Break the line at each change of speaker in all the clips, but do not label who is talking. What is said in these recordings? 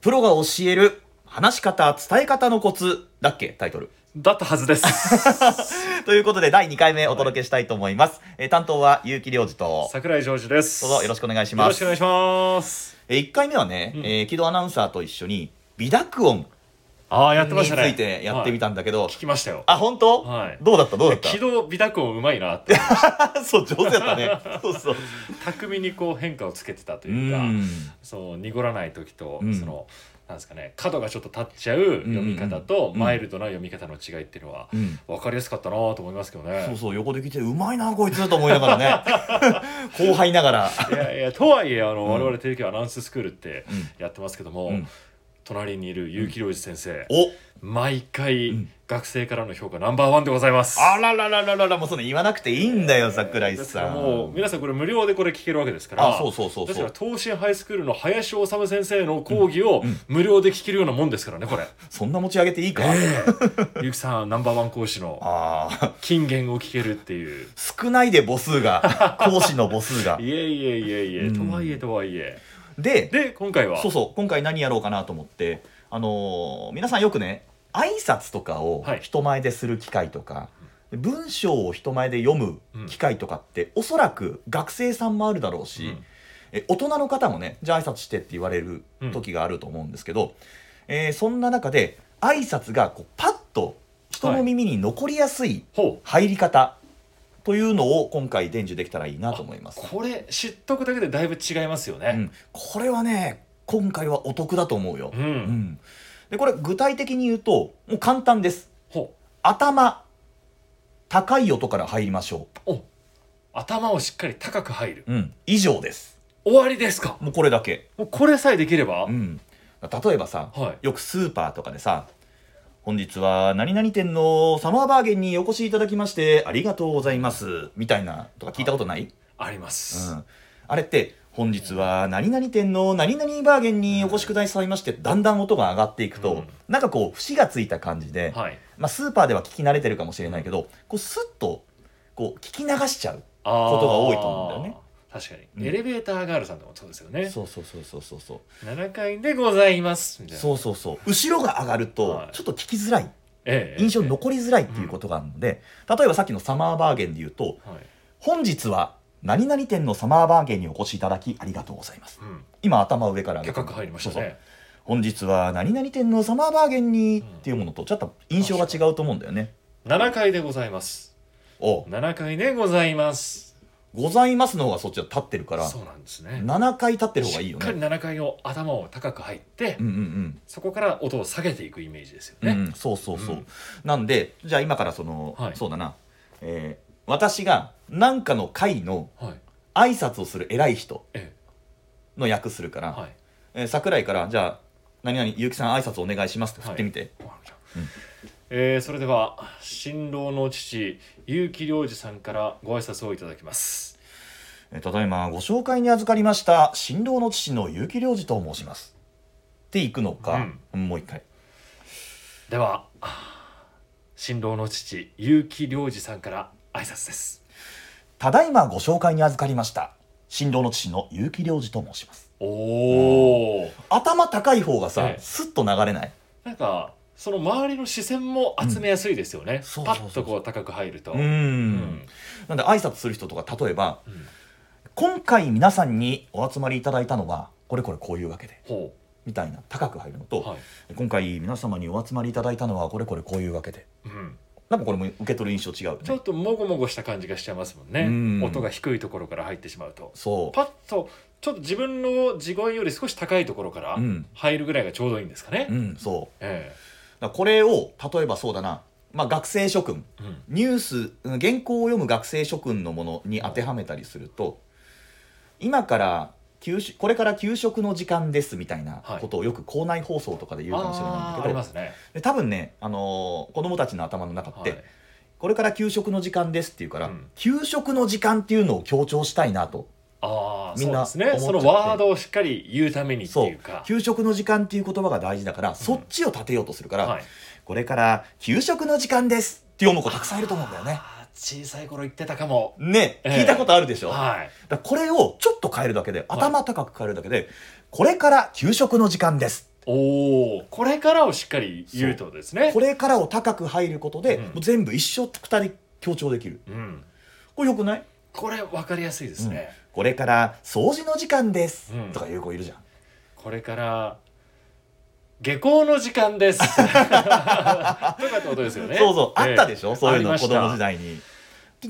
プロが教える話し方、伝え方のコツだっけタイトル。
だったは ずです。
ということで、第2回目お届けしたいと思います。えー担当は結城良二と、
桜井ジョージです。
どうぞよろしくお願いし
よ
ま
ろし
す。
くお願いします。
えー、1回目はね、
うん
えー、木戸アナウンサーと一緒に、美濁音
ああ、やってま
につ
したね。
いてやってみたんだけど、
はい。聞きましたよ。
あ、本当、
はい
どうだったどうだ った
軌道美濁音うまいなって。
あそう、上手だったね。 そうそう。
巧みにこう変化をつけてたと
う
いうか、
ん。
そう濁らない時と、
うん
その、なんですかね、角がちょっと立っちゃう読み方
うん
と、
うん
マイルドな読み方の違いっていうのは、
うん
わかりやすかったなと思いますけどね。
そうそう、横で聞いて、うまいな、こいつと思いながら ね。後輩ながら。
いやいやとはいえあの、
うん
我々テレビアナウンススクールって
うん
やってますけども、
うん
隣にいる結城良二先生、
お
毎回、
うん
学生からの評価ナンバーワンでございます
あらららららら、もうそんな言わなくていいんだよ、桜井
ですか
さ
ら
ん。
もう皆さんこれ無料でこれ聞けるわけですから
あ、そうそうそう
です
そ
から
う。
東進ハイスクールの林修先生の講義を
うんうん
無料で聞けるようなもんですからねこれ
そんな持ち上げていいか、
結城さんナンバーワン講師の
ああ、
金言を聞けるっていう
少ないで母数 が、講師の母数が。
いえいえいえいえ、
うん
とはいえとはいえ
で、
で今回は
そうそう、今回何やろうかなと思って、あのー皆さんよくね、挨拶とかを
はい
人前でする機会とか、文章を人前で読む機会とかって、おそらく学生さんもあるだろうし、
うん
え大人の方もねじゃあ挨拶してって言われる時があると思うんですけど、えーそんな中で挨拶がこうパッと人の耳に残りやすい
ほう
入り方というのを今回伝授できたらいいなと思います、
これ知っとくだけでだいぶ違いますよ
う
ね
ん、これはね今回はお得だと思うよ、
うん、
うんでこれ具体的に言うともう簡単です
ほ
頭高い音から入りましょ
うお頭をしっかり高く入る
う、うん、以上です
終わりですか
もうこれだけ、
もうこれさえできれば、
うん、例えばさ、
はい
よくスーパーとかでさ本日は何々店のサマーバーゲンにお越しいただきましてありがとうございますみたいなとか聞いたことない、
ありま
う
す、
ん、あれって本日は何々店の何々バーゲンにお越しくださいましてだんだん音が上がっていくと、
うん
なんかこう節がついた感じで、
はい
まあ、スーパーでは聞き慣れてるかもしれないけどこうスッとこう聞き流しちゃう
こと
ことが多いと思うんだよね
確かに、
うん
エレベーターガールさんでもそうですよね
そうそうそうそうそうそう
7階でございますみたいな
そうそうそう後ろが上がると
はい
ちょっと聞きづらい
ええ
印象に残りづらいっていうことがあるので、例えばさっきのサマーバーゲンで言うと、
はい
本日は何々店のサマーバーゲンにお越しいただきありがとうございます。
うん、
今頭上から上げた
高く入りましたね
そうそう本日は何々店のサマーバーゲンにっていうものとちょっと印象が違うと思うんだよね。
7階でございます
おう
7階でございます
ございますの方がそっちは立ってるから、
そうなんですね
7回立ってる方がいい
しっ
よ
かり
ね。
7階を頭を高く入って、
うんうんうん。
そこから音を下げていくイメージですよ
うん
ね、
うん、そうそうそう。
うん
なんで、じゃあ今からその、
はい
そうだな、えー私が何かの会の
はい
挨拶をする偉い人
え
の役するから、
えはい
えー、桜井からじゃあ何々結城さん挨拶お願いしますって振ってみて、うん
えーそれでは新郎の父結城良二さんからご挨拶をいただきます
えーただいまご紹介に預かりました新郎の父の結城良二と申しますっていくのか、もう一回
では新郎の父結城良二さんから挨拶です
ただいまご紹介に預かりました新郎の父の結城良二と申します
おお
頭高い方がさ、
ええ
スッと流れない
なんかその周りの視線も集めやすいですよね、
そうそ
パ
うそう
ッとこう高く入ると
うーん
うん
なんで挨拶する人とか例えば
うん
今回皆さんにお集まりいただいたのはこれこれこういうわけで
ほ
みたいな高く入るのと、
うはい、
今回皆様にお集まりいただいたのはこれこれこういうわけで
うん、
なんかこれも受け取る印象違うよ
ちょ
ね
っともごもごした感じがしちゃいますもんね、
うん
音が低いところから入ってしまうと
そ
パッとちょっと自分の地声より少し高いところから
うん
入るぐらいがちょうどいいんですかね、
ううんそう
え
だからこれを例えばそうだな、まあ、学生諸君
えうん
ニュースうん原稿を読む学生諸君のものに当てはめたりすると今から給食これから給食の時間ですみたいなことをよく校内放送とかで言うかもしれないん
あ
だ
ーあ
け
り
ど、
ますね、
で多分ね、あのー子供たちの頭の中っ
は
て、
い、
これから給食の時間ですっていうから、
うん
給食の時間っていうのを強調したいなと
ああ
みんな
そうですね
思っ
そ
ちゃ
の
って
ワードをしっかり言うためにって
そ
いう
う
か
給食の時間っていう言葉が大事だから、そっちを立てようとするから、
はい、
これから給食の時間ですって読む子たくさんいると思うんだよね。
あー小さい頃言ってたかも
ね、
ええ
聞いたことあるでしょ、
はい
だからこれをちょっと変えるだけで
い
頭高く変えるだけで、これから給食の時間です
おおこれからをしっかり言うってことですね
これからを高く入ることで、
うん
もう全部一生二人強調できる
うん、
これよくない
これ分かりやすいですね、
これから掃除の時間です、
うん
とかいう子いるじゃん
これから下校の時 間ですとかってことですよね
そうそう、あったでしょ、
ええ
そういう
あり
の
まし
子
た
供時代に。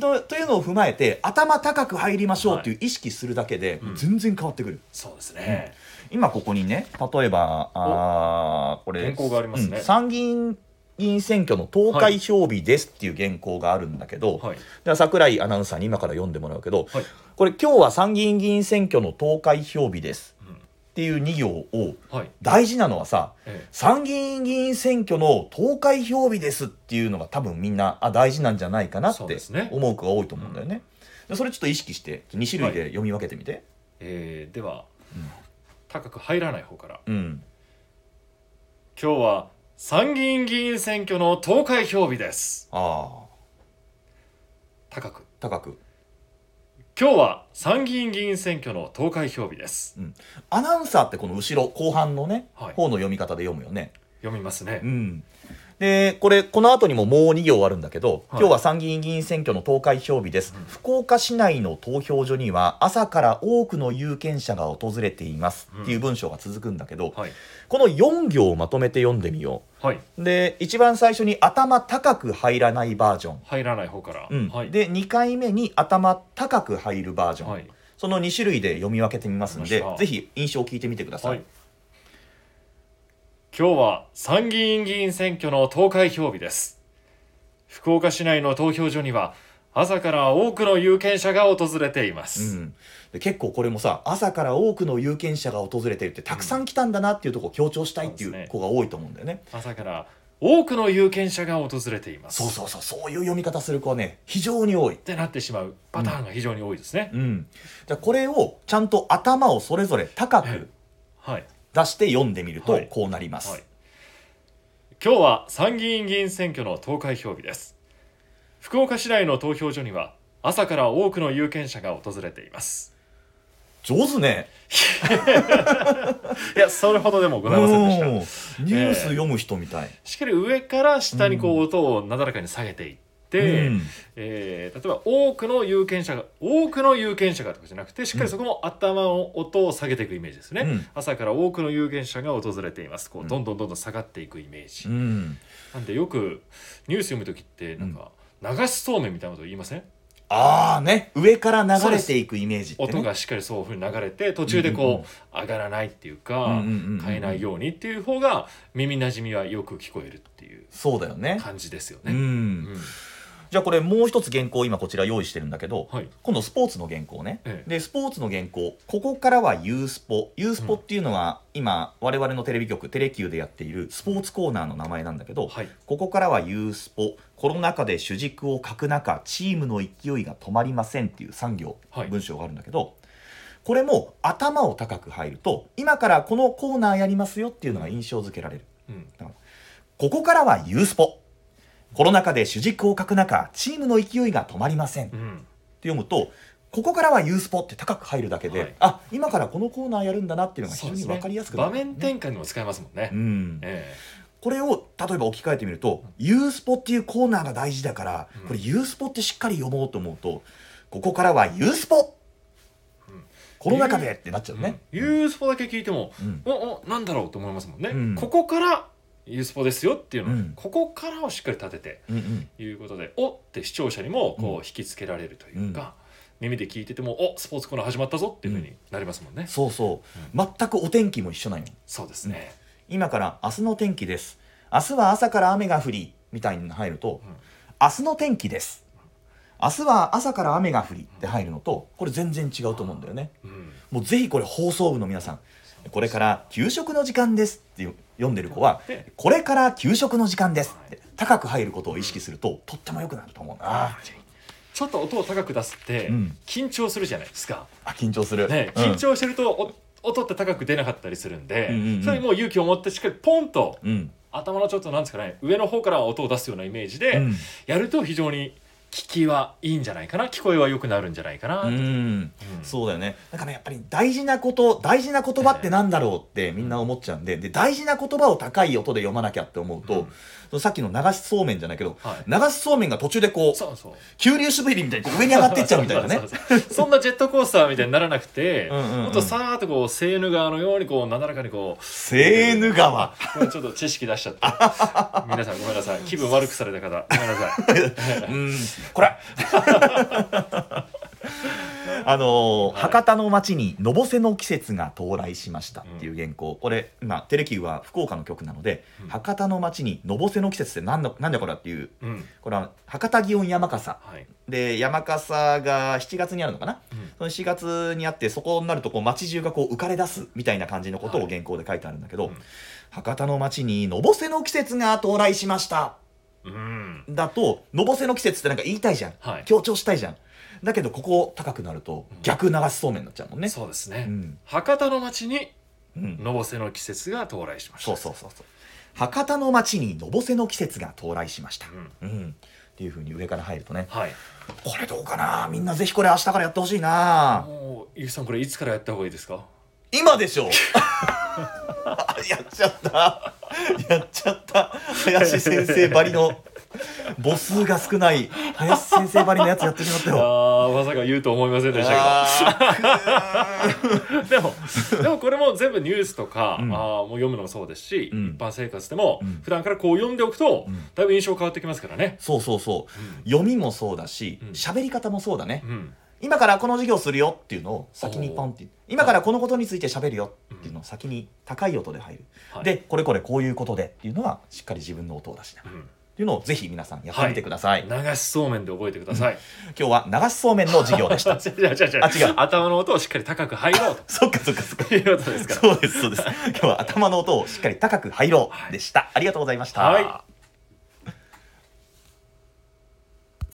とというのを踏まえて頭高く入りましょうっていう意識するだけで、
うん
全然変わってくる
そうですね、
今ここにね例えばあーこれ
原稿がありますね
うん参議院議員選挙の投開票日ですっていう原稿があるんだけど、
はい
じゃあ桜井アナウンサーに今から読んでもらうけど、
はい
これ今日は参議院議員選挙の投開票日です
うん
っていう2行を
はい、
大事なのはさ
ええ
参議院議員選挙の投開票日ですっていうのが多分みんなあ大事なんじゃないかなっ
そうで
て
すね
思う子が多いと思うんだよね。でそれちょっと意識して2種類で読み分けてみて。
えーでは、
うん
高く入らない方から
うん、
今日は参議院議員選挙の投開票日です
ああ
高く
高く
今日は参議院議員選挙の投開票日です
アナウンサーってこの後ろ後半のね、
はい
方の読み方で読むよね。
読みますね、
うん、でこれこの後にももう2行あるんだけど、
はい
今日は参議院議員選挙の投開票日です、
うん
福岡市内の投票所には朝から多くの有権者が訪れています
うん
っていう文章が続くんだけど、
はい
この4行をまとめて読んでみよ
はい、
うで一番最初に頭高く入らないバージョン、
入らない方から、
うん
はい、
で2回目に頭高く入るバージョン、
はい、
その2種類で読み分けてみますので
わかりました
ぜひ印象を聞いてみてください、
はい、今日は参議院議員選挙の投開票日です福岡市内の投票所には朝から多くの有権者が訪れていま
う
す、
ん、で結構これもさ朝から多くの有権者が訪れてるってたくさん来たんだなっていうとこを強調したいってい
そうです
う
ね
子が多いと思うんだよね。
朝から多くの有権者が訪れています
そうそうそうそういう読み方する子はね非常に多い。
ってなってしまうパターンが非常に多いですね、
うん、じゃあこれをちゃんと頭をそれぞれ高
え
く
はい
出して読んでみると
はい
こうなります。
はい、今日は参議院議員選挙の投開票日です福岡市内の投票所には朝から多くの有権者が訪れています
上手ね
いやそれほどでもございませんでした
うんニュース読む人みたい。
しっかり上から下にこう音をなだらかに下げていって、
うん
えー例えば多くの有権者が多くの有権者がとかじゃなくてしっかりそこも頭を音を下げていくイメージですね、
うん
朝から多くの有権者が訪れていますこ
う
うんどんどんどんどん下がっていくイメージ、
うん、
なんでよくニュース読む時ってなんか流しそうめんみたいなこと言いません、
ああね上から流れていくイメージって、ね、
音がしっかりそういうふうに流れて途中でこう上がらないっていうか、
うんうんうんうん
変えないようにっていう方が耳なじみはよく聞こえるっていう
そうだよね。
感じですよ
う
ね。
ん
うん
じゃあこれもう一つ原稿を今こちら用意してるんだけど、
はい
今度スポーツの原稿ね、
ええ
でスポーツの原稿ここからはユースポユースポっていうのは今我々のテレビ局テレキューでやっているスポーツコーナーの名前なんだけど、
はい
ここからはユースポコロナ禍で主軸を欠く中チームの勢いが止まりませんっていう産業、
はい
文章があるんだけどこれも頭を高く入ると今からこのコーナーやりますよっていうのが印象付けられる。
うん
ここからはユースポ。コロナ禍で主軸を欠く中、チームの勢いが止まりません。っ
う
て
ん
読むと、ここからはユースポって高く入るだけで、
はい
あ今からこのコーナーやるんだなっていうのが非
そう
常
です
に
ね
分かりやすくな
場
る、
面転換にも使えますもんね。
うん、
え
これを例えば置き換えてみると、ユースポっていうコーナーが大事だから、
うん
これユースポってしっかり読もうと思うと、ここからはユースポ、
うん
コロナ禍でってなっち
え
ゃうね。
うんユースポだけ聞いても、
うん
おおなんだろうと思いますもんね。
うん
ここからユースポですよっていうのを、
うん
ここからをしっかり立てて
うんうん
いうことでおって視聴者にもこう引きつけられるというか、耳で聞いててもおスポーツコーナー始まったぞっていうふうになりますもんね。
そうそう、全くお天気も一緒なんよ。
そうですね。
今から明日の天気です明日は朝から雨が降りみたいに入ると、
うん
明日の天気です明日は朝から雨が降りって入るのとこれ全然違うと思うんだよね
うん
もうぜひこれ放送部の皆さんこれから給食の時間ですってよ読んでる子は
で
これから給食の時間ですって高く入ることを意識するととっても良くなると思うな
ちょっと音を高く出すって
うん
緊張するじゃないですか。
あ緊張する、
ね、
うん
緊張してるとお音って高く出なかったりするんで、
うんうんうん
それにもう勇気を持ってしっかりポンと
うん
頭のちょっとなんですかね上の方から音を出すようなイメージで、
うん
やると非常に聞きはいいんじゃないかな聞こえは良くなるんじゃないかな、
う
うん
んそうだよねだからねやっぱり大事なこと大事な言葉ってなんだろうってみんな思っちゃうんでで大事な言葉を高い音で読まなきゃって思うと、さっきの流しそうめんじゃないけど
はい
流しそうめんが途中でこう
そうそう
急流滑りみたいにこう上に上がってっちゃうみたいなね
そうそうそうそんなジェットコースターみたいにならなくて
うんうんうん
もっとさーっとこうセーヌ川のようにこうなだらかにこう
セーヌ川
これちょっと知識出しちゃった 皆さんごめんなさい気分悪くされた方ごめんなさい
うんこれ あのー
はい
博多の街にのぼせの季節が到来しましたっていう原稿、これ今テレキューは福岡の曲なので、
うん
博多の街にのぼせの季節ってなんだなんだこれっていう
うん
これは博多祇園山笠
はい、
で山笠が7月にあるのかなその4月にあってそこになるとこう街中がこう浮かれ出すみたいな感じのこと
は
を
い
原稿で書いてあるんだけど、
うん
博多の街にのぼせの季節が到来しました
うんうん
だとのぼせの季節ってなんか言いたいじゃん、
はい
強調したいじゃんだけどここ高くなると
うん
逆流しそうめんになっちゃうもんね
そうですね、
うん
博多の町に
うん
のぼせの季節が到来しました
そうそうそうそう博多の街にのぼせの季節が到来しました、
うん
うん、っていうふうに上から入るとね
はい
これどうかなみんなぜひこれ明日からやってほしいな
もうゆうさんこれいつからやった方がいいですか
今でしょ やっちゃったやっちゃった林先生ばりの母数が少ない林先生ばりのやつやってしまった
あ
よ
ーまさか言うと思いませんでした
あーくー
けど でもでもこれも全部ニュースとか、
うん
あーもう読むのもそうですし、
うん
一般生活でも
うん
普段からこう読んでおくと、
うん
だいぶ印象変わってきますからね、
そうそうそう読みもそうだし
うん
喋り方もそうだね
うんうん
今からこの授業するよっていうのを先にポンって今からこのことについて喋るよっていうのを先に高い音で入る、
はい
でこれこれこういうことでっていうのはしっかり自分の音を出しながら
うん
っていうのをぜひ皆さんやってみてください、
流しそうめんで覚えてください、
今日は流しそうめんの授業 でした
違う違う違う
あ違う
頭の音をしっかり高く入ろう
そっかそっかそっか
ということですから
そうですそうです今日は頭の音をしっかり高く入ろうでした、ありがとうございました、
はい